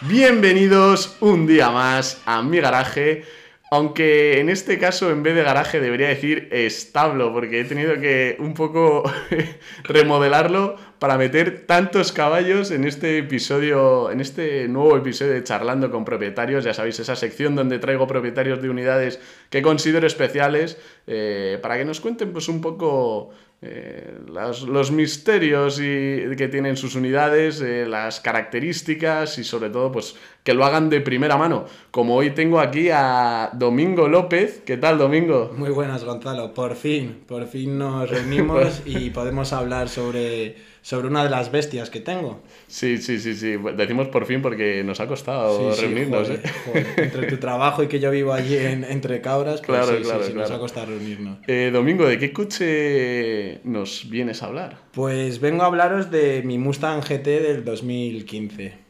Bienvenidos un día más a mi garaje. Aunque en este caso, en vez de garaje, debería decir establo, porque he tenido que un poco remodelarlo para meter tantos caballos en este episodio, en este nuevo episodio de Charlando con Propietarios. Ya sabéis, esa sección donde traigo propietarios de unidades que considero especiales eh, para que nos cuenten pues, un poco eh, las- los misterios y- que tienen sus unidades, eh, las características y sobre todo pues que lo hagan de primera mano. Como hoy tengo aquí a Domingo López. ¿Qué tal, Domingo? Muy buenas, Gonzalo. Por fin, por fin nos reunimos y podemos hablar sobre, sobre una de las bestias que tengo. Sí, sí, sí, sí. Decimos por fin porque nos ha costado reunirnos. joder, ¿eh? joder. Entre tu trabajo y que yo vivo allí en- entre cabras, pues Claro, sí, sí, claro, sí, nos claro. ha costado reunirnos. Eh, Domingo, ¿de qué coche nos vienes a hablar? Pues vengo a hablaros de mi Mustang GT del 2015.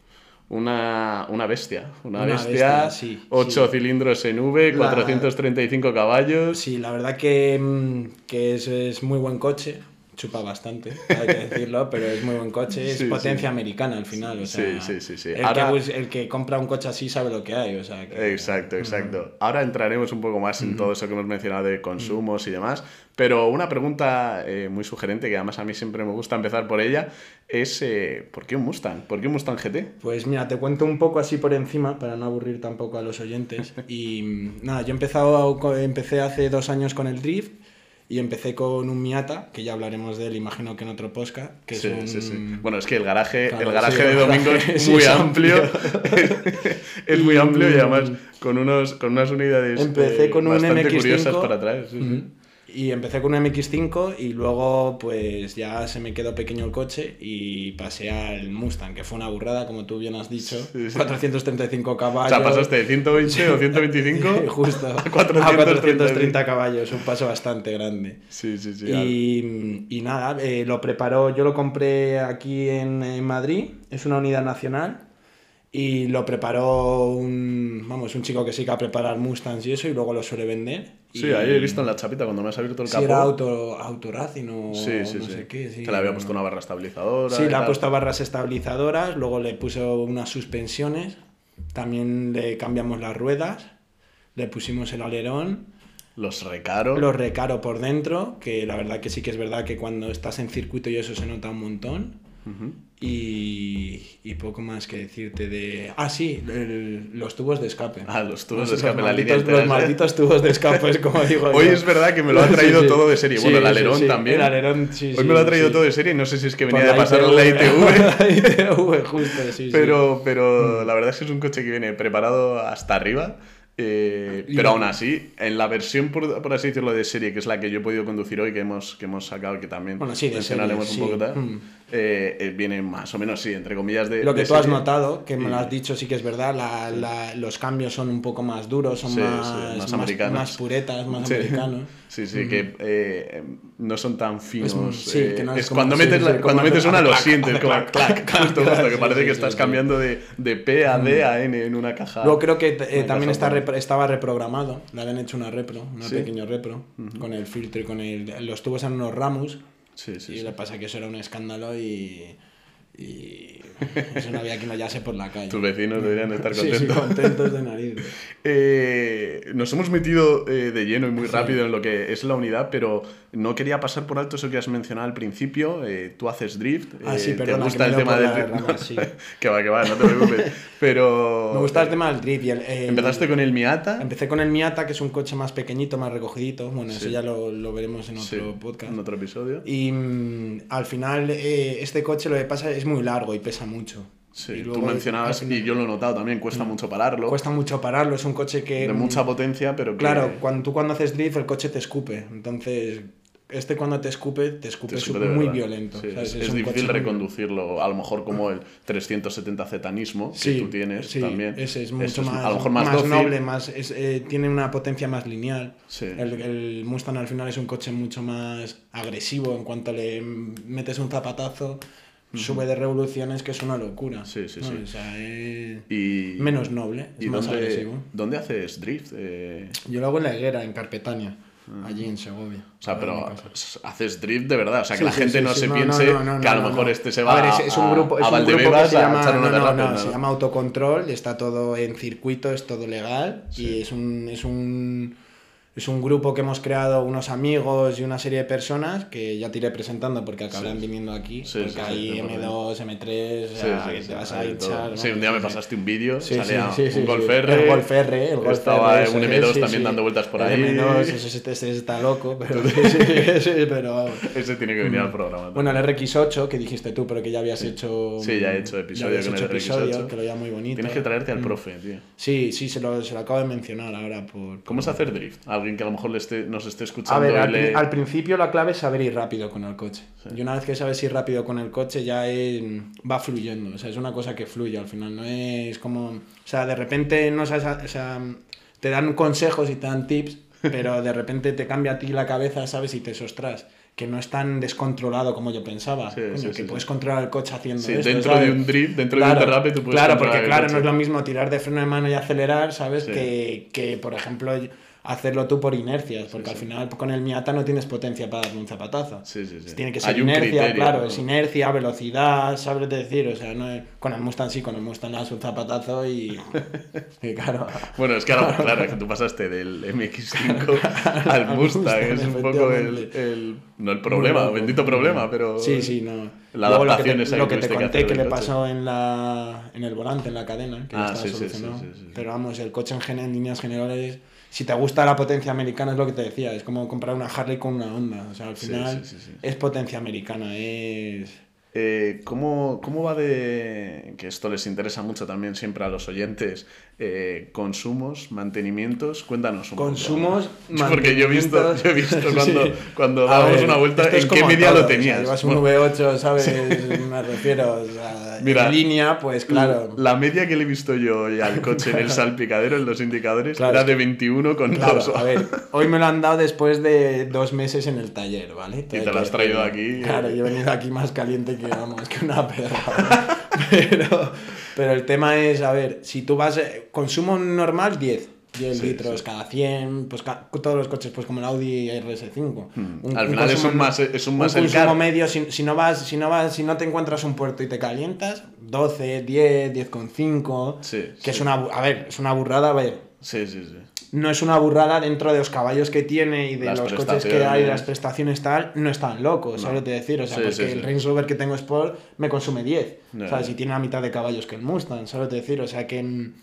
Una, una bestia, una, Una bestia, bestia, sí, 8 sí. cilindros en V, La- 435 caballos. Sí, la verdad que, mm, que es, es muy buen coche. Chupa bastante, hay que decirlo, pero es muy buen coche. Es Sí, potencia sí. americana al final, o Sí, sea, sí, sí, sí. El, Ahora- que, bus- el que compra un coche así sabe lo que hay, o sea. que- Exacto, exacto. Ahora entraremos un poco más en todo eso que hemos mencionado de consumos y demás, pero una pregunta eh, muy sugerente, que además a mí siempre me gusta empezar por ella, es eh, ¿por qué un Mustang? ¿Por qué un Mustang GT? Pues mira, te cuento un poco así por encima, para no aburrir tampoco a los oyentes. Y mm, nada, yo he empezado, co- empecé hace dos años con el Drift y empecé con un Miata, que ya hablaremos de él, imagino que en otro podcast, que Sí, es un... sí, sí. Bueno, es que el garaje, Claro, el sí, garaje el de Domingo garaje es sí muy es amplio. es muy Y- amplio y además con, unos, con unas unidades Empecé eh, con un bastante MX5. curiosas para traer. sí, sí. Ujú. Y empecé con un MX5 y luego pues ya se me quedó pequeño el coche y pasé al Mustang, que fue una burrada, como tú bien has dicho. Sí, sí. 435 O caballos. sea, pasaste de 120 o 125 Justo. a A 430. 430 caballos, un paso bastante grande. Sí, sí, sí. al- Y, y nada, eh, lo preparó, yo lo compré aquí en, en Madrid, es una unidad nacional, y lo preparó un, vamos, un chico que sí que a preparar Mustangs y eso, y luego lo suele vender. Sí, y, ahí he visto en la chapita cuando me has abierto el si capó. era auto, auto Racing o Sí, sí, no sí. sé qué. Sí, que le había no. puesto una barra estabilizadora. Sí, y le ha tal. puesto barras estabilizadoras, luego le puso unas suspensiones, también le cambiamos las ruedas, le pusimos el alerón. Los recaros. Lo recaro por dentro, que la verdad que sí que es verdad que cuando estás en circuito y eso se nota un montón. Ujú. Y, y poco más que decirte de... Ah, sí, el- los tubos de escape. Ah, los tubos Los- de escape, los la línea malditos- entera, Los ¿eh? malditos tubos de escape, es como digo Hoy yo. es verdad que me lo ha Sí, traído sí. todo de serie. Sí, Bueno, el sí, alerón sí. también. El alerón, sí, Hoy sí, me lo ha traído sí. todo de serie. No sé si es que Por venía de pasar la ITV. la ITV, justo, sí, Mm. sí. Pero, pero la verdad es que es un coche que viene preparado hasta arriba. eh, Y- pero aún así, en la versión, por, por así decirlo, de serie, que es la que yo he podido conducir hoy, que hemos, que hemos sacado, que también Bueno, sí, de mencionaremos serie, un poco sí. tal, Mm. eh, eh, viene más o menos, sí, entre comillas, de. Lo que de tú has serie. notado, que me lo Y- has dicho, sí que es verdad, la- la- los cambios son un poco más duros, son Sí, sí, más, más más, americanos. más puretas, más Sí. americanos. Sí, sí, que eh, no son tan finos. Es- Pues, sí, eh, que no es es como- cuando sí, metes, sí, la- como cuando hace- metes una hace lo clac, sientes, hace como clac, clac, clac, justo, justo, que sí, parece sí, que sí, estás sí. cambiando de, de P a D a N en una caja. Luego creo que eh, una también caja está automática. repro- estaba reprogramado, le habían hecho una repro, una Sí. pequeña repro, con el filtro y con el... Los tubos eran unos ramos, Sí, sí, y sí. le pasa que eso era un escándalo y... y eso no había quien lo hallase por la calle. Tus vecinos deberían estar Mm. Sí, sí, contentos. contentos de nariz. Eh, nos hemos metido eh, de lleno y muy rápido en lo que es la unidad, pero no quería pasar por alto eso que has mencionado al principio. eh, tú haces drift, Ah, eh, sí, te perdona, que gusta me el he ido tema por del las drift. ramas, sí. que va, que va, no te preocupes. Pero eh, Me gusta el tema del em, drip y el... eh, el- Empezaste con el Miata. Empecé con el Miata, que es un coche más pequeñito, más recogidito. Bueno, eso Sí. ya lo, lo veremos en Sí, otro podcast. En otro episodio. Y mm, al final, eh, este coche lo que pasa es muy largo y pesa mucho. Sí, Y tú luego, mencionabas, al y final, yo lo he notado también, cuesta mucho pararlo. Mm. Cuesta mucho pararlo, es un coche que. de mm, mucha potencia, pero que- Claro, cuando, tú cuando haces drift, el coche te escupe. Entonces, este cuando te escupe, te escupe, te su- escupe de muy verdad. violento. Sí, ¿sabes? es Es es un difícil coche muy- reconducirlo, a lo mejor como el 370 zetanismo Sí, que tú tienes sí, también. Ese es Eso mucho más, a lo mejor más, dócil. noble, más, es, eh, tiene una potencia más lineal. Sí. El, el Mustang al final es un coche mucho más agresivo. En cuanto le metes un zapatazo, sube de revoluciones, que es una locura. Sí, sí, ¿no? sí. O sea, es Y, menos noble, es ¿y más dónde, agresivo. dónde haces drift? Eh, Yo lo hago en la higuera, en Carpetania. allí en Segovia. Ah. O sea, A ver, pero mi casa. haces drift de verdad. O sea, que Sí, la sí, gente sí, no sí. se No, no, piense no, no, que a lo no, mejor no. este se va a ver, es, es un grupo, es a un grupo que Valdebebas se a llama, echar una no, no, terraza, no, se ¿no? llama autocontrol, está todo en circuito, es todo legal y es un, es un es un grupo que hemos creado unos amigos y una serie de personas que ya te iré presentando porque acabarán viniendo aquí, Sí, porque sí, sí, hay sí, M2, M3, o Sí, sea, sí, que sí, te vas a hay de todo. hinchar. Sí, un día me pasaste un vídeo, Sí, salía sí, sí, sí, un sí. Golf R, El Golf R, el Golf estaba R, un ese, M2 sí, también sí. dando vueltas por El ahí. M2, ese- ese- ese está loco, pero, sí, sí, sí, pero vamos. Ese tiene que venir Mm. al programa. Bueno, el RX8, que dijiste tú, pero que ya habías hecho. Sí, ya he hecho episodio habías con el hecho RX8. que lo veía muy bonito. Tienes que traerte Mm. al profe, tío. Sí, sí, se lo, se lo acabo de mencionar ahora. Por... ¿Cómo es hacer drift? Alguien que a lo mejor le esté- nos esté A escuchando ver, y al, le... pri- al principio la clave es saber ir rápido con el coche. Y una vez que sabes ir rápido con el coche, ya es- mm, va fluyendo. O sea, es una cosa que fluye al final. No es como. O sea, de repente no sabes. a- O sea, te dan consejos y te dan tips, pero de repente te cambia a ti la cabeza, ¿sabes? Y te sostras. Que no es tan descontrolado como yo pensaba. Sí, Coño, sí, que sí, puedes sí. controlar el coche haciendo Sí, esto, dentro ¿sabes? de un drift, dentro de un derrape, tú puedes controlar claro, porque el claro, coche. no es lo mismo tirar de freno de mano y acelerar, ¿sabes? Sí. Que, que, por ejemplo, hacerlo tú por inercias, porque al final con el Miata no tienes potencia para darle un zapatazo. Sí, sí, sí. Tiene que Hay ser un inercia, criterio, claro, ¿no? es inercia, velocidad, sabes decir, o sea, no es- con el Mustang sí, con el Mustang le das un zapatazo y, y claro. Bueno, es que ahora, claro, que tú pasaste del MX5 al Al Mustang, Mustang, es un poco el, efectivamente. el- No el problema, Bueno, bendito problema, pero... Sí, sí, no. La Luego lo que adaptación te, esa que lo que te tuviste que conté hacer que, del le coche. pasó en, la, en el volante, en la cadena, que ya Ah, estaba sí, sí, sí, solucionado. sí, sí. Pero vamos, el coche en, gen- en líneas generales, si te gusta la potencia americana, es lo que te decía, es como comprar una Harley con una Honda. O sea, al Sí, final sí, sí, sí. es potencia americana, es. Eh, ¿cómo, cómo va de, que esto les interesa mucho también siempre a los oyentes, eh, consumos, mantenimientos? Cuéntanos un poco. Consumos, Porque yo he visto, yo he visto cuando, Sí. cuando A dábamos ver, una vuelta esto es en qué como media todo, lo O sea, tenías. llevas un Bueno, V8, ¿sabes? Me refiero. o sea, Mira, en línea, pues claro. La media que le he visto yo ya al coche en el salpicadero, en los indicadores, Claro, era es que- de 21 con Claro, dos. a ver, hoy me lo han dado después de dos meses en el taller, ¿vale? te lo has traído aquí. eh. Claro, yo he venido aquí más caliente que, vamos, que una perra. ¿vale? Pero, pero el tema es, a ver, si tú vas... eh, Consumo normal, 10. 10 Sí, litros cada 100, pues ca- todos los coches, pues como el Audi RS5. Hmm. Mm, al final es consumo un más- es un más el consumo car. medio, si, si no vas, si no vas, si no te encuentras un puerto y te calientas, 12, 10, 10,5. Sí, que es sí. una... bu- A ver, es una burrada, a ver, Sí, sí, sí. no es una burrada dentro de los caballos que tiene y de Las los coches que hay, prestaciones. las prestaciones tal, no es tan loco, ¿sabes lo que te decir? O sea, Sí, porque sí, sí. el Range Rover que tengo Sport me consume 10, Ya, ¿sabes? ya. Y tiene la mitad de caballos que el Mustang, ¿sabes lo que te decir? O sea, que en,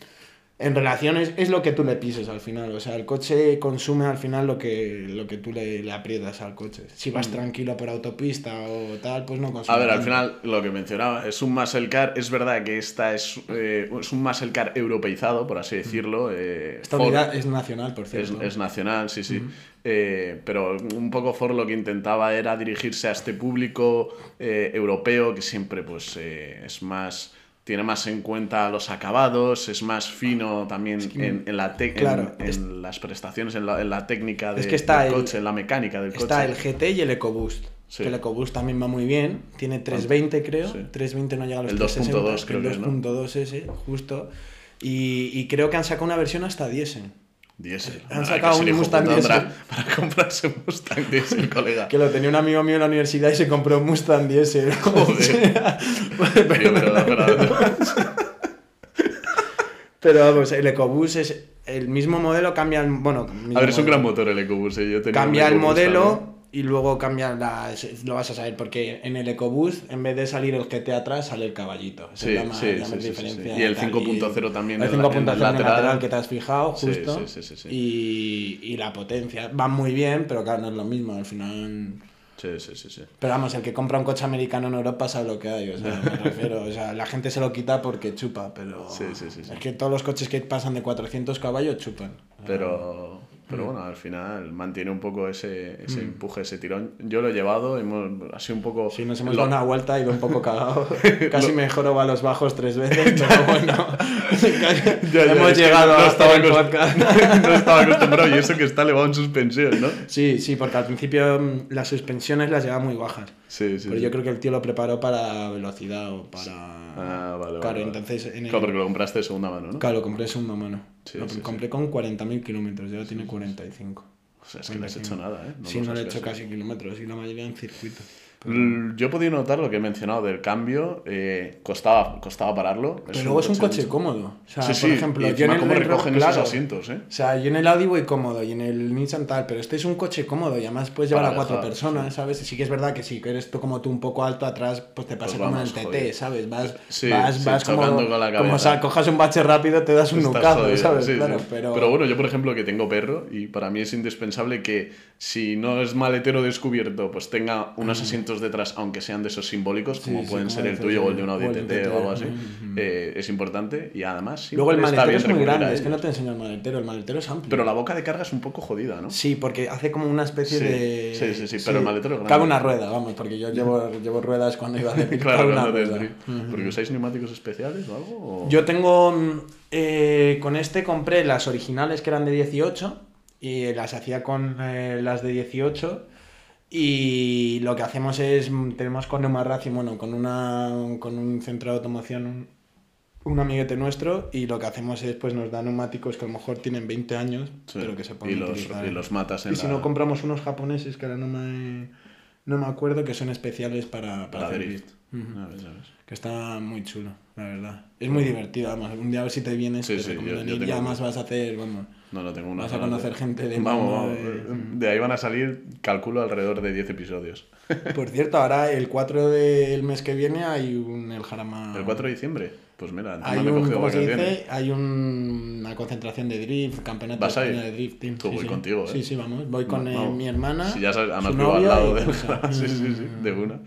en relación es, es lo que tú le pises al final, o sea, el coche consume al final lo que, lo que tú le, le aprietas al coche. Si vas tranquilo por autopista o tal, pues no Mm. consume. A ver, al tanto. final, lo que mencionaba, es un muscle car. Es verdad que esta es, eh, es un muscle car europeizado, por así decirlo. eh, Esta Ford unidad es nacional, por es, cierto. es nacional, sí, sí. Eh, pero un poco Ford lo que intentaba era dirigirse a este público eh, europeo que siempre pues eh, es más tiene más en cuenta los acabados, es más fino también en, en la tec- en- claro, en, es- las prestaciones, en la, en la técnica de- Es que está del el- coche, en la mecánica del Está coche. el GT y el EcoBoost. Sí. Ah, que El EcoBoost también va muy bien. Tiene 320, creo. Sí. 320 no llega a los El 360. 2.2 creo el que es, ¿no? 2.2 ese, justo. Y, y creo que han sacado una versión hasta 10. Diésel. Han Ah, sacado que se un le dijo, Mustang puta, Andra, diésel. Para comprarse un Mustang diésel, colega. Que lo tenía un amigo mío en la universidad y se compró un Mustang 10. Joder. Tío, pero- pero- Pero vamos, el EcoBoost es el mismo modelo, cambia el. Bueno, A ver, es un mismo- gran motor el EcoBoost. eh, yo tenía Cambia un el EcoBoost modelo también. y luego cambia las. Lo vas a saber, porque en el EcoBoost, en vez de salir el GT atrás, sale el caballito. Esa Sí, es la ma- sí, la sí, sí, mayor sí, sí. diferencia Y el tal. 5.0 también El en la- en 5.0 en el lateral. lateral. que te has fijado, Sí, justo. sí, sí, sí, sí. Y, y la potencia. Van muy bien, pero claro, no es lo mismo. Al final. Sí, sí, sí, sí. Pero vamos, el que compra un coche americano en Europa sabe lo que hay, o sea, me refiero, o sea, la gente se lo quita porque chupa, pero Sí, sí, sí, sí. es que todos los coches que pasan de 400 caballos chupan. Pero, pero bueno, al final mantiene un poco ese, ese empuje, ese tirón. Yo lo he llevado, hemos, así un poco... Mm. Sí, nos hemos lo- dado una vuelta y ido un poco cagado. Casi me joroba los bajos tres veces, pero bueno. Ya, ya, hemos es que llegado no estaba hasta el acos- podcast. no estaba acostumbrado y eso que está elevado en suspensión, ¿no? Sí, sí, porque al principio mm, las suspensiones las llevaba muy bajas. Sí, sí. pero sí. Pues yo creo que el tío lo preparó para velocidad o para. Ah, vale, vale, Claro, vale. entonces en el- Claro, porque lo compraste de segunda mano, ¿no? Claro, lo compré en segunda mano. Sí, lo sí, compré con 40.000 kilómetros, ya tiene 45. sea, es que no has hecho nada, ¿eh? sí, los no le he has hecho casi. casi kilómetros y la mayoría en circuito. L- Mm, Yo he podido notar lo que he mencionado del cambio, eh, costaba, costaba pararlo. Pero luego es un coche como cómodo. O sea, sí, sí, por ejemplo, y yo en encima el cómo Range Rover, recogen claro, esos asientos, ¿eh? O sea, yo en el Audi voy cómodo y en el Nissan tal, pero este es un coche cómodo y además puedes llevar Para a cuatro viajar, personas, ¿sabes? Y sí que es verdad que si eres tú como tú un poco alto atrás, pues te pasa Pues como en el vamos, TT, jodido. ¿sabes? Vas, Sí, vas, sí, vas como, chocando con la como, o sea, cabeza. cojas un bache rápido, te das un Estás nucazo, jodido, ¿sabes? sí, claro, sí. pero... bueno, yo por ejemplo que tengo perro y para mí es indispensable que si no es maletero descubierto, pues tenga unos asientos detrás, aunque sean de esos simbólicos, Mm. Sí, como sí, pueden como ser el dices, tuyo sí, o el de un Audi o el de TT o TT, algo así. ujú. Eh, es importante y además Luego el siempre maletero es muy recurrir a grande, es que ellos. no te enseño el maletero, el maletero es amplio. ¿eh? Pero la boca de carga es un poco jodida, ¿no? Sí, porque hace como una especie Sí, de. sí, sí, sí, pero el maletero es grande. Cabe una rueda, vamos, porque yo llevo, llevo ruedas cuando iba a decir. claro, cabe una cuando te rueda. desdri- ¿Porque usáis neumáticos especiales o algo? o- Yo tengo. mm, eh, con este compré las originales que eran de 18 y las hacía con eh, las de 18. Y lo que hacemos es. mm, Tenemos con Neumarraci, bueno, con, una, con un centro de automoción, un, un amiguete nuestro. Y lo que hacemos es, pues nos dan neumáticos que a lo mejor tienen 20 años, Sí. pero que se y pueden los, utilizar. y los matas en Y si la- no compramos unos japoneses que ahora no me, no me acuerdo que son especiales para, para la hacer drift. Ah, drift. Ujú. A ver, a ver. Que está muy chulo, la verdad. Es muy divertido, además. Un día a ver si te vienes, Sí, te sí, yo- recomiendo yo venir, tengo y que- además vas a hacer, vamos. No, no tengo una. Vas a conocer gente de Vamos, mundo vamos. eh, de- De ahí van a salir, calculo, alrededor de 10 episodios. Por cierto, ahora el 4 del mes que viene hay un El Jarama. ¿El 4 de diciembre? Pues mira, Ah. hay encima me he un, cogido ¿cómo se vacaciones. dice? hay un- una concentración de drift, campeonato de ¿Vas a ir? España de drift. team. Tú, sí, voy sí. contigo, ¿eh? Sí, sí, vamos. Voy con eh, Vamos. mi hermana. Si ya sabes, además su vivo al novia lado y Mm. de tu hija. sí, sí, sí, de una.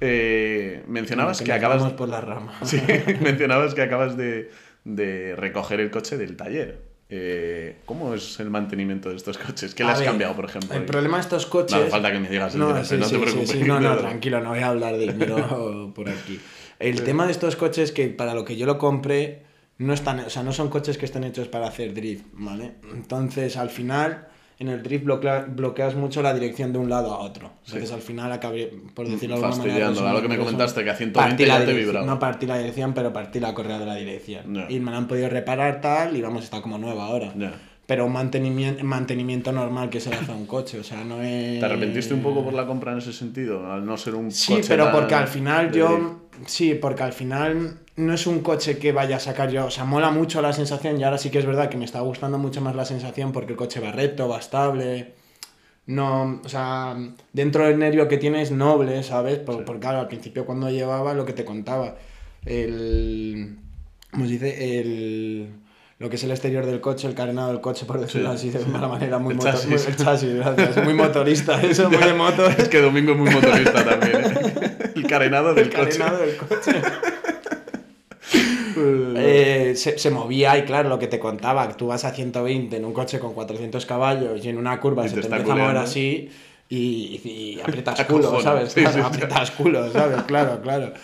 Eh, mencionabas que, nos acabas. vamos por las ramas. Sí, mencionabas que acabas de, de recoger el coche del taller. Eh, ¿Cómo es el mantenimiento de estos coches? ¿Qué le A has ver, cambiado, por ejemplo? El problema de estos coches. No hace falta que me digas el No, dinero, sí, no sí, te sí, preocupes. sí. No, no, pero- tranquilo, no voy a hablar de dinero por aquí. El tema de estos coches que para lo que yo lo compré, no están, o sea, no son coches que están hechos para hacer drift, ¿vale? Entonces, al final, en el drift bloquea- bloqueas mucho la dirección de un lado a otro. Entonces, al final acabé, por decirlo de alguna manera... Fastidiándola, resumiendo lo que me eso, comentaste, que a 120 partí la ya te dirección- vibraba. No partí la dirección, pero partí la correa de la dirección. Ya. Y me la han podido reparar tal, y vamos, está como nueva ahora. Ya. Pero un mantenimiento, mantenimiento normal que se le hace a un coche, o sea, no es... ¿Te arrepentiste un poco por la compra en ese sentido? Al no ser un Sí, coche pero tan porque al final de drift. yo... Sí, porque al final no es un coche que vaya a sacar yo. O sea, mola mucho la sensación y ahora sí que es verdad que me está gustando mucho más la sensación porque el coche va recto, va estable. No, o sea, dentro del nervio que tienes noble, ¿sabes? Por- Sí. Porque claro, al principio cuando llevaba lo que te contaba, el... ¿Cómo se dice? El... Lo que es el exterior del coche, el carenado del coche, por decirlo así, de una manera muy, El motor- chasis. muy- el chasis, gracias, muy motorista, eso, muy de motor. Es que Domingo es muy motorista también. ¿eh? El carenado del el coche. carenado del coche. Eh, se, se movía y claro, lo que te contaba, que tú vas a 120 en un coche con 400 caballos y en una curva Y se te te, está empieza a mover culeando. así y, y aprietas Te culo, acojonas. ¿sabes? Sí, sí, sí. aprietas culo, ¿sabes? Claro, claro.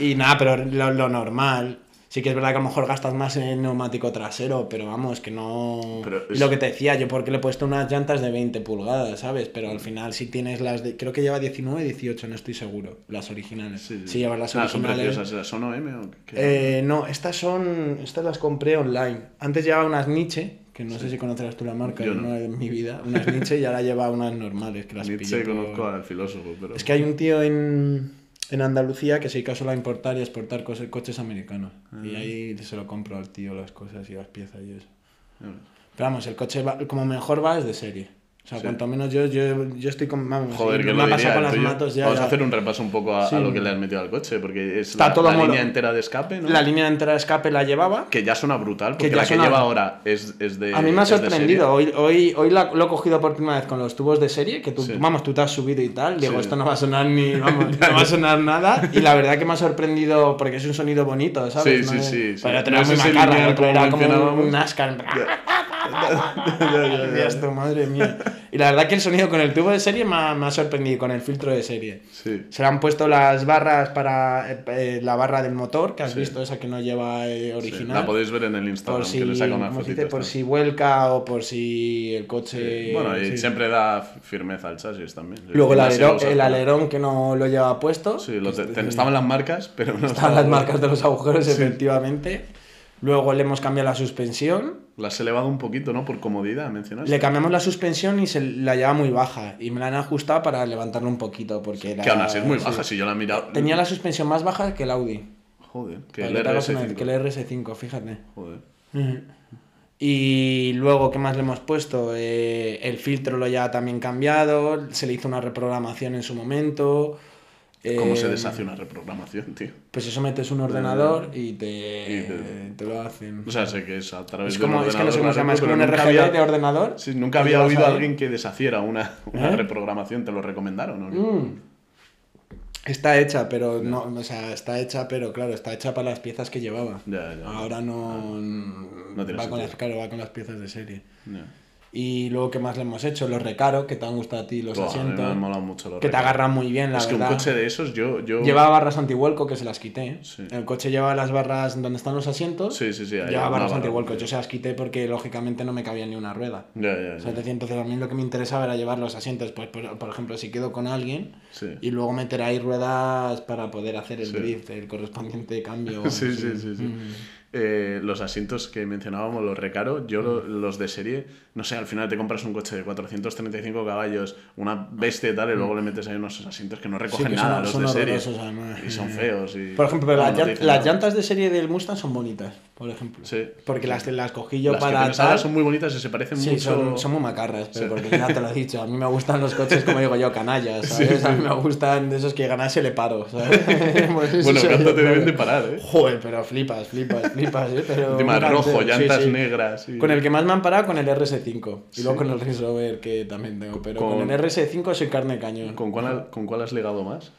Y nada, pero lo, lo normal. Sí que es verdad que a lo mejor gastas más en el neumático trasero, pero vamos, que no... Pero Y es- Lo que te decía, yo porque le he puesto unas llantas de 20 pulgadas, ¿sabes? Pero al final si tienes las de... Creo que lleva 19, 18, no estoy seguro, las originales. Sí, llevas las Ah, originales. son preciosas. esas. ¿Son OM o qué? Eh, no, estas son. Estas las compré online. Antes llevaba unas Nietzsche, que no sé si conocerás tú la marca, Yo yo no. no en mi vida. Unas Nietzsche y ahora lleva unas normales que las Nietzsche pillé por- conozco al filósofo, pero... Es que hay un tío en, en Andalucía que se dedica solo a importar y exportar cose- coches americanos. Ah. Y ahí se lo compro al tío las cosas y las piezas y eso. Ah. Pero vamos, el coche va- como mejor va es de serie. O sea, Sí. cuanto menos yo, yo, yo estoy con. Vamos, Joder, sí, que me lo ha diría pasado el con las tuyo. matos ya. Vamos ya- a hacer un repaso un poco a, a Sí. lo que le has metido al coche, porque es Está la, todo la mono. línea entera de escape, ¿no? La línea entera de escape la llevaba. Que ya suena brutal, porque ya la que suena- lleva ahora es, es de... A mí me ha es de serie. sorprendido. Hoy, hoy, hoy la- lo he cogido por primera vez con los tubos de serie, que tú, Sí. vamos, tú te has subido y tal. Digo, Sí. esto no va a sonar ni, vamos, no va a sonar nada. Y la verdad que me ha sorprendido porque es un sonido bonito, Sí, ¿sabes? No sí, es- sí, Pero sí. tenía No es muy ese macarra, lineal el otro como era como un, mencionábamos. un NASCAR. ya, ya. Decías tú, madre mía. Y la verdad que el sonido con el tubo de serie me ha, me ha sorprendido, con el filtro de serie. Sí. Se le han puesto las barras para eh, eh, la barra del motor, que has Sí. visto, esa que no lleva eh, Sí, original La podéis ver en el Instagram, por si, que le saco una ¿cómo se fotito. dice? por está. si vuelca o por si el coche. Bueno, y sí. siempre da firmeza al chasis también. Luego el Más si lo alerón, usas el para- alerón que no lo lleva puesto. Sí, lo te- te- estaban las marcas, pero no Estaban las estaba- marcas de los agujeros, efectivamente. Luego le hemos cambiado la suspensión. La has elevado un poquito, ¿no? Por comodidad, mencionaste. Le cambiamos la suspensión y se la lleva muy baja. Y me la han ajustado para levantarla un poquito. Porque la- Que aún así es muy sí. baja, si yo la he mirado. Tenía la Pues suspensión más baja que el Audi. Joder, que para el que te hagas una- RS5. que el RS5, fíjate. Joder. Ujú. Y luego, ¿qué más le hemos puesto? Eh, el filtro lo ya también cambiado, se le hizo una reprogramación en su momento. ¿Cómo eh, se deshace una reprogramación, tío? Pues eso metes un ordenador y te, Y te- te lo hacen. O sea, sé que es a través es de un como, es que no sé ordenador, cómo se llama, es pero como un nunca RGB había- de ordenador. Sí, nunca que había llevas oído a ahí. alguien que deshaciera una, una ¿Eh? reprogramación, ¿te lo recomendaron o no? Mm. Está hecha, pero no, o sea, está hecha, pero claro, está hecha para las piezas que llevaba. Ya, ya. Ah, Ahora no, tiene va con las, sentido. claro, va con las piezas de serie. Ya. Y luego, ¿qué más le hemos hecho? Los recaros, que te han gustado a ti los Buah, a mí asientos. me han molado mucho los que te recaros. agarran muy bien, la Es que verdad. un coche de esos, yo. yo... Llevaba barras antihuelco que se las quité. ¿eh? Sí. El coche llevaba las barras donde están los asientos. Sí, sí, sí. ahí llevaba una barras barra. antihuelco. Yo se las quité porque lógicamente no me cabía ni una rueda. Ya, ya, O ya. sea, te decía, entonces a mí lo que me interesaba era llevar los asientos. Pues, por, por ejemplo, si quedo con alguien Sí. y luego meter ahí ruedas para poder hacer el Sí. drift, el correspondiente cambio. Sí, sí, sí, sí. Mm. Eh, los asientos que mencionábamos, los recaro, yo lo- Mm. los de serie, no sé, al final te compras un coche de 435 caballos, una bestia y tal, y luego le metes ahí unos asientos que no recogen Mm. Sí, que son- nada, los son de serie. horrorosos, además. Y son feos. Y... Por ejemplo, pero Ah, las, no llan- te dicen las nada. llantas de serie del Mustang son bonitas, por ejemplo. Sí. Porque las, las cogí yo las que para. tienes ahora tal. son muy bonitas y se parecen Sí, mucho. son, son muy macarras, pero Sí. porque ya te lo he dicho, a mí me gustan los coches, como digo yo, canallas, ¿sabes? Sí, sí. A mí me gustan de esos que ganase le paro, ¿sabes? Pues eso Bueno, soy pronto yo, te deben claro. de parar, ¿eh? Joder, pero flipas, flipas, flipas, ¿eh? Pero Encima un canteo, rojo, sí, llantas sí. negras. y- Con el que más me han parado, con el RS5. Y luego Sí. con el Range Rover, que también tengo. Pero Con- con, el RS5 soy carne de cañón. ¿Con cuál, ¿Con cuál has ligado más?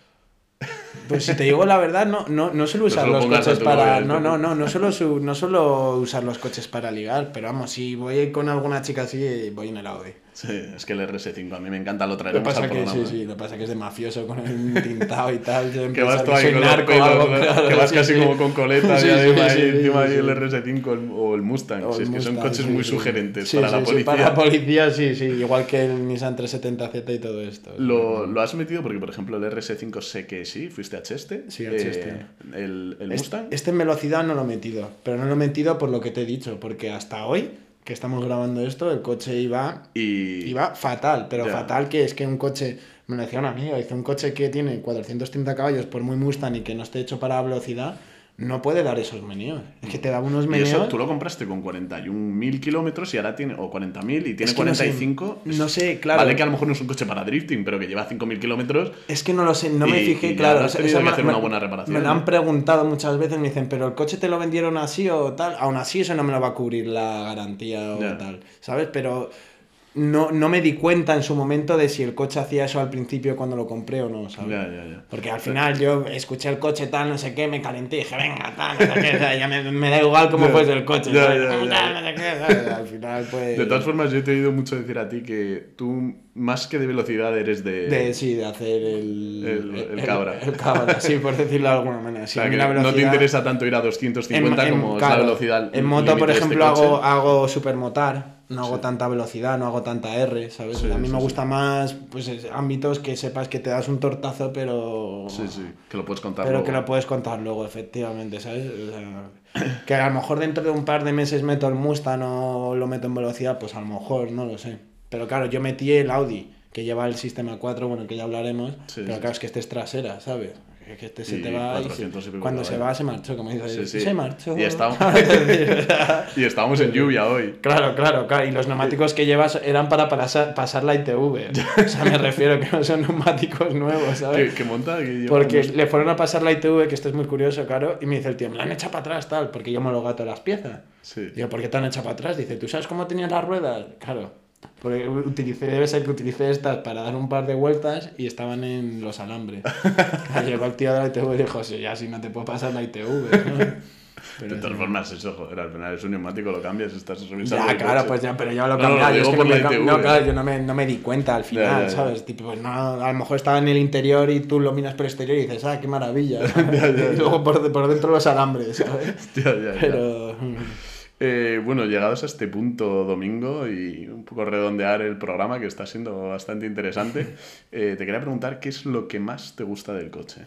Pues si te digo la verdad, no, no, no suelo usar se lo los pongas a coches tu para. novia, No, ¿eh? no, no, no suelo, su- no suelo usar los coches para ligar. Pero vamos, si voy con alguna chica así, voy en el Audi. Sí, es que el RS5 a mí me encanta, lo Lo que traeremos pasa al que, programa. sí, sí, lo que pasa que es de mafioso con el tintado y tal. deben ¿eh? Que vas pensar tú ahí soy con los narco o pelos, algo, ¿no? claro, que vas sí, casi sí. como con coleta Sí, y sí, además sí, ahí sí, encima ahí sí. el RS5 el- o el Mustang. O si el es que son Mustang, coches sí, muy sí. sugerentes Sí, para sí, la sí, policía. para la policía, sí, sí. Igual que el Nissan 370Z y todo esto. ¿Lo, lo has metido? Porque, por ejemplo, el RS5 sé que sí, fuiste a Cheste. Sí, a Cheste. el, el Este- Mustang. Este en velocidad no lo he metido, pero no lo he metido por lo que te he dicho, porque hasta hoy que estamos grabando esto, el coche iba, y iba fatal, pero Ya. fatal que es que un coche, me lo decía un amigo, dice un coche que tiene 430 caballos por muy Mustang y que no esté hecho para la velocidad, no puede dar esos meneos. Es que te daba unos y meneos. eso tú lo compraste con 41.000 kilómetros y ahora tiene, o 40.000 y tiene Es que no sé, 45. es- no sé, claro. Vale que a lo mejor no es un coche para drifting, pero que lleva 5.000 kilómetros. Es que no lo sé, no me Y- fijé, y ya claro. habrás o sea, tenido eso que me- hacer una me- buena reparación, ¿eh? Me lo han ¿no? preguntado muchas veces, me dicen, pero el coche te lo vendieron así o tal. Aún así, eso no me lo va a cubrir la garantía o Ya. tal, ¿sabes? Pero no, no me di cuenta en su momento de si el coche hacía eso al principio cuando lo compré o no, ¿sabes? Ya, ya, ya. Porque al final yo escuché el coche tal, no sé qué, me calenté y dije, venga, tal, no sé qué, o sea, ya me, me da igual cómo Ya. fuese el coche. Ya, ¿sabes? ya, Tal, ya. no sé qué, ¿sabes? Al final, pues. De todas formas, yo te he oído mucho decir a ti que tú, más que de velocidad, eres de. De, sí, de hacer el, Eh, El- el cabra. El, cabra, sí, por decirlo de alguna manera. o Sí, sea, a mí que la no te velocidad- interesa tanto ir a 250 en- en- como es claro, la velocidad. En moto, por límite de este ejemplo, hago, coche. hago supermotar. No hago Sí. tanta velocidad, no hago tanta R, ¿sabes? Sí, a mí sí, me sí. gusta más pues, es- ámbitos que sepas que te das un tortazo, pero. Sí, sí, que lo puedes contar. Pero luego. que lo puedes contar luego, efectivamente, ¿sabes? O sea, que a lo mejor dentro de un par de meses meto el Mustang o lo meto en velocidad, pues a lo mejor, no lo sé. Pero claro, yo metí el Audi, que lleva el sistema 4, bueno, que ya hablaremos, Sí, pero sí, claro, es que este es trasera, ¿sabes? Es que este se Y te va... y se- 400 y pico cuando se caballos. va, se marchó, como dices, Sí, sí. se marchó. Y está- Y estábamos en lluvia hoy. Claro, claro, claro. Y los neumáticos que llevas eran para pasar, pasar la ITV. O sea, me refiero que no son neumáticos nuevos, ¿sabes? Que, que monta. que lleva Porque unos- le fueron a pasar la ITV, que esto es muy curioso, claro, y me dice el tío, me la han echado para atrás, tal, porque yo homologo todas las piezas. Sí. Digo, ¿por qué te han echado para atrás? Dice, ¿tú sabes cómo tenían las ruedas? Claro, porque utilicé, debe ser que utilicé estas para dar un par de vueltas y estaban en los alambres. Y Llegó el tío de la ITV y dijo, sí, ya si no te puedo pasar la ITV. ¿no? Pero de todas sí. formas, eso, joder, al final es un neumático, lo cambias, estás revisando. Ya, el claro, coche. pues ya, pero ya lo he No, no, lo cambiado. yo es digo que no, por me, la cam- ITV. no, claro, yo no me, no me di cuenta al final, Ya, ya, ya. ¿sabes? Tipo, pues no, a lo mejor estaba en el interior y tú lo miras por el exterior y dices, ah, qué maravilla. ya, y ya. luego por, de- por dentro los alambres, ¿sabes? Ya, ya, ya. Pero. mm, Eh, bueno, llegados a este punto, Domingo, y un poco redondear el programa que está siendo bastante interesante, eh, te quería preguntar qué es lo que más te gusta del coche.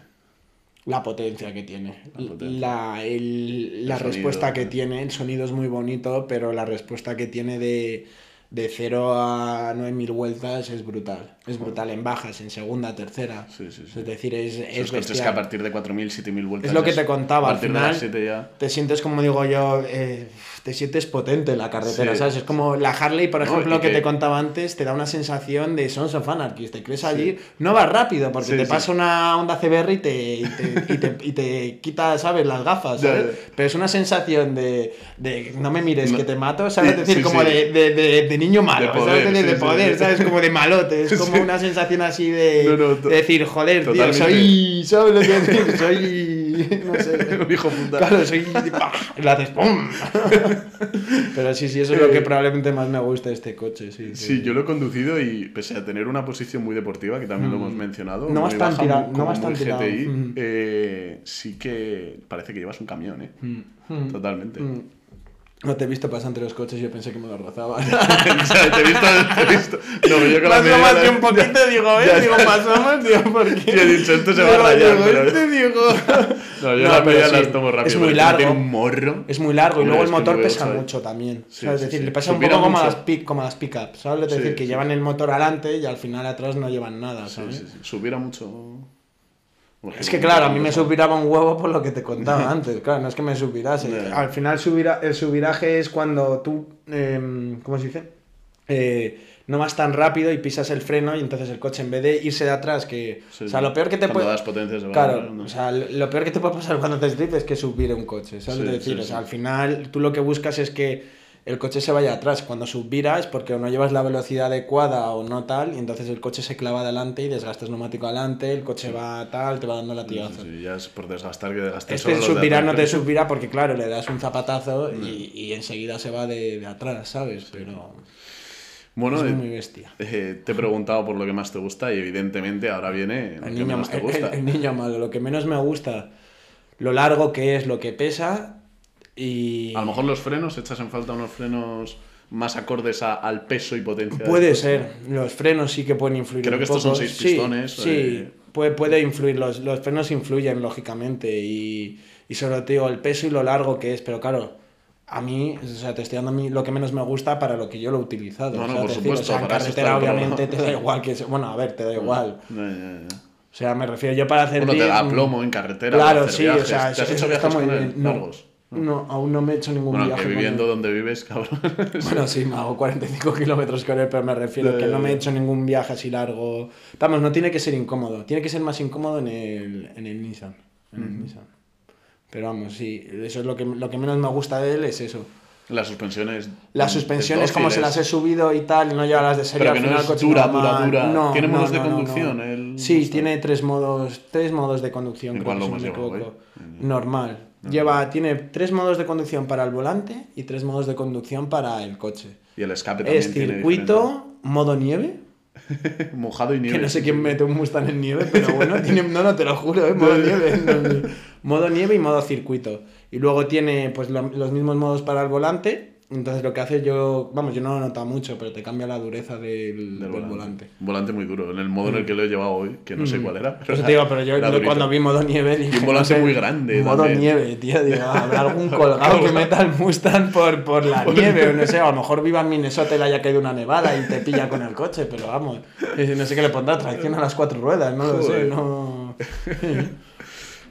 la potencia que tiene, La potencia. la, el- la El respuesta sonido, que ¿no? tiene, el sonido es muy bonito, pero la respuesta que tiene de, de 0 a 9000 vueltas es brutal. Es brutal en bajas, en segunda, tercera. Sí, sí, sí. Es decir, es, Esos es coches que bestial. a partir de 4.000, 7.000 vueltas. Es lo que ya te contaba, A al partir de las final- 7 ya. Te sientes, como digo yo, eh, te sientes potente en la carretera, Sí. ¿sabes? Es como la Harley, por No, ejemplo, y que que- te contaba antes, te da una sensación de Sons of Anarchy. Te crees allí, no vas rápido, porque Sí, te sí. pasa una onda CBR y te, y te, y te- y te quita, ¿sabes? Las gafas, Ya, ¿sabes? ya. Pero es una sensación de, de no me mires, No. que te mato, ¿sabes? Es decir, Sí, como sí. De, de, de- de niño malo, De poder, ¿sabes? De, de sí, sí, poder, sí. ¿sabes? Como de malote. Es como Sí. una sensación así de, No, no, to- de decir, joder, totalmente. tío, soy. ¿Sabes lo que decir? Soy. No sé. Un hijo puta. Claro, soy. ¡pah! Y lo haces ¡pum! Pero sí, sí, eso es lo que probablemente más me gusta de este coche. Sí, Eh, Sí, yo lo he conducido y pese a tener una posición muy deportiva, que también lo hemos mencionado, Mm. No vas muy tan baja, tira- muy- no como vas tan muy tirado. GTI, Mm. eh, sí que parece que llevas un camión, ¿eh? Mm. Totalmente. Mm. No te he visto pasar entre los coches y yo pensé que me lo rozaba. O sea, te he visto, te he visto. No, pero yo con la Paso media más la- de un poquito, digo, Ya, ¿eh? Digo, ya. paso más, digo, porque. Y he dicho, esto se va a rayar, pero- Este, digo. No, yo No, las pero medias sí, las tomo rápido. es muy pero largo. Tiene un morro. Es muy largo y Hombre, luego el es que motor no veo, pesa ¿sabes? mucho también. Sí, ¿sabes? sí, es decir, sí. le pasa un Supera poco como a mucho. las, pick, como a las pickups, ¿sabes? Es Sí, decir, que sí, llevan el motor adelante y al final atrás no llevan nada, Sí, ¿sabes? sí, sí. Subiera mucho. ¿eh? Es que claro, a mí me subiraba un huevo por lo que te contaba antes, claro, no es que me subirase. Ya. Al final subira, el subiraje es cuando tú, eh, ¿cómo se dice? Eh, no vas tan rápido y pisas el freno y entonces el coche en vez de irse de atrás, que... Sí, o sea, sí. lo peor que te Cuando puede... das potencias, se va Claro, ganando. o sea, lo lo peor que te puede pasar cuando haces drift es que subir un coche, ¿sabes? Sí, Es decir, sí, o sea, sí. al final tú lo que buscas es que el coche se vaya atrás. Cuando subvira es porque o no llevas la velocidad adecuada o no tal, y entonces el coche se clava adelante y desgastas neumático adelante, el coche va tal, te va dando Sí, latigazo. sí, sí, ya es por desgastar que desgastar Este solo los de subvirá no te atrás. subvirá porque, claro, le das un zapatazo y, y enseguida se va de, de atrás, ¿sabes? Pero Bueno, es eh, muy bestia. eh, te he preguntado por lo que más te gusta y evidentemente ahora viene lo El que niño, menos ma- te el- gusta. el- el niño malo, lo que menos me gusta, lo largo que es, lo que pesa y... A lo mejor los frenos, echas en falta unos frenos más acordes a- al peso y potencia. Puede del ser, los frenos sí que pueden influir. Creo un que estos son poco. seis Sí, pistones, Sí, eh. puede, puede influir, los, los frenos influyen lógicamente y, y sobre todo digo, el peso y lo largo que es, pero claro, a mí, o sea, te estoy dando a mí lo que menos me gusta para lo que yo lo he utilizado. No, o no, sea, por te decir, o supuesto, sea, en para eso está carretera el programa. obviamente te da igual que... se- Bueno, a ver, te da igual. coche. Ya, ya, ya. O sea, me refiero yo para hacer... Bueno, te da bien- plomo en carretera. Claro, para hacer sí, viajes. o sea, ¿Te has eso- hecho eso viajes está muy con él? bien. No, largos? No, aún no me he hecho ningún Bueno, viaje. que con viviendo él. donde vives, cabrón. Bueno, sí, me hago 45 kilómetros con él, pero me refiero Ya, que ya, no me he ya. hecho ningún viaje así largo. Vamos, no tiene que ser incómodo. Tiene que ser más incómodo en el, en el Nissan. En el Nissan. Pero vamos, sí, eso es lo que, lo que menos me gusta de él, es eso. Las suspensiones. Las suspensiones, como se dóciles. las he subido y tal, y no lleva las de serie. Mm, Pero que al no final es el coche dura, no dura, va- dura. No, Tiene no, modos de no, no, conducción, no. el Sí, Mustang. tiene tres modos, tres modos de conducción, ¿En cuál creo que lo si no hemos me llevado, ¿eh? equivoco. Normal. Lleva, tiene tres modos de conducción para el volante y tres modos de conducción para el coche. Y el escape también. Es tiene circuito, modo nieve. diferente. Mojado y nieve. Que no sé quién mete un Mustang en nieve, pero bueno, tiene, no, no, te lo juro, ¿eh? modo nieve. no, no. modo nieve y modo circuito. Y luego tiene pues lo- los mismos modos para el volante. Entonces lo que hace yo, vamos, yo no lo noto mucho, pero te cambia la dureza del, del volante. Un volante muy duro. En el modo en el que lo he llevado hoy, que no sé Mm. cuál era. Por eso te digo, pero yo era lo- durito. cuando vi modo nieve dije, un volante no sé, muy grande Modo también. nieve, tío, digo, habrá algún colgado que meta el Mustang por, por la Por- nieve, o no sé, a lo mejor viva en Minnesota y le haya caído una nevada y te pilla con el coche, pero vamos, eh, no sé qué le pondrá, tracción a las cuatro ruedas, no lo sé, Joder. no...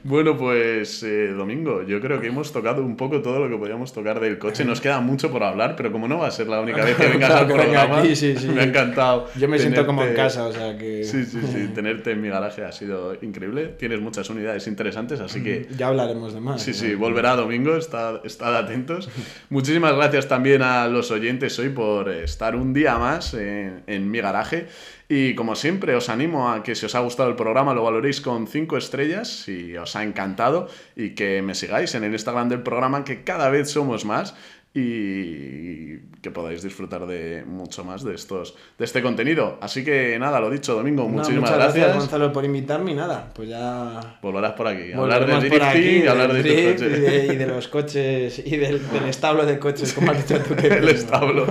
Bueno, pues eh, Domingo, yo creo que hemos tocado un poco todo lo que podíamos tocar del coche. Nos queda mucho por hablar, pero como no va a ser la única vez que vengas Claro al que venga programa, aquí, sí, sí. me ha encantado. Yo me siento como en tenerte- casa, o sea que... Sí, sí, sí. Tenerte en mi garaje ha sido increíble. Tienes muchas unidades interesantes, así que Ya hablaremos de más. Sí, ¿no? sí, volverá domingo, estad, estad atentos. Muchísimas gracias también a los oyentes hoy por estar un día más en, en mi garaje. Y como siempre, os animo a que si os ha gustado el programa lo valoréis con 5 estrellas, si os ha encantado, y que me sigáis en el Instagram del programa, que cada vez somos más. y que podáis disfrutar de mucho más de estos de este contenido. Así que nada, lo dicho, Domingo, No, muchísimas muchas gracias. Gonzalo, por invitarme y nada, pues ya... Volverás por aquí, a hablar de volveremos por aquí, drifting, del a hablar de drift tus y coches. de, y de los coches y del, del establo de coches, como has dicho tú. que el primo. establo.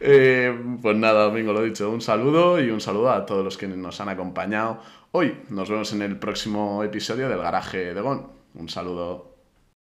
Eh, pues nada, Domingo, lo dicho, un saludo y un saludo a todos los que nos han acompañado hoy. Nos vemos en el próximo episodio del Garaje de Gon. Un saludo.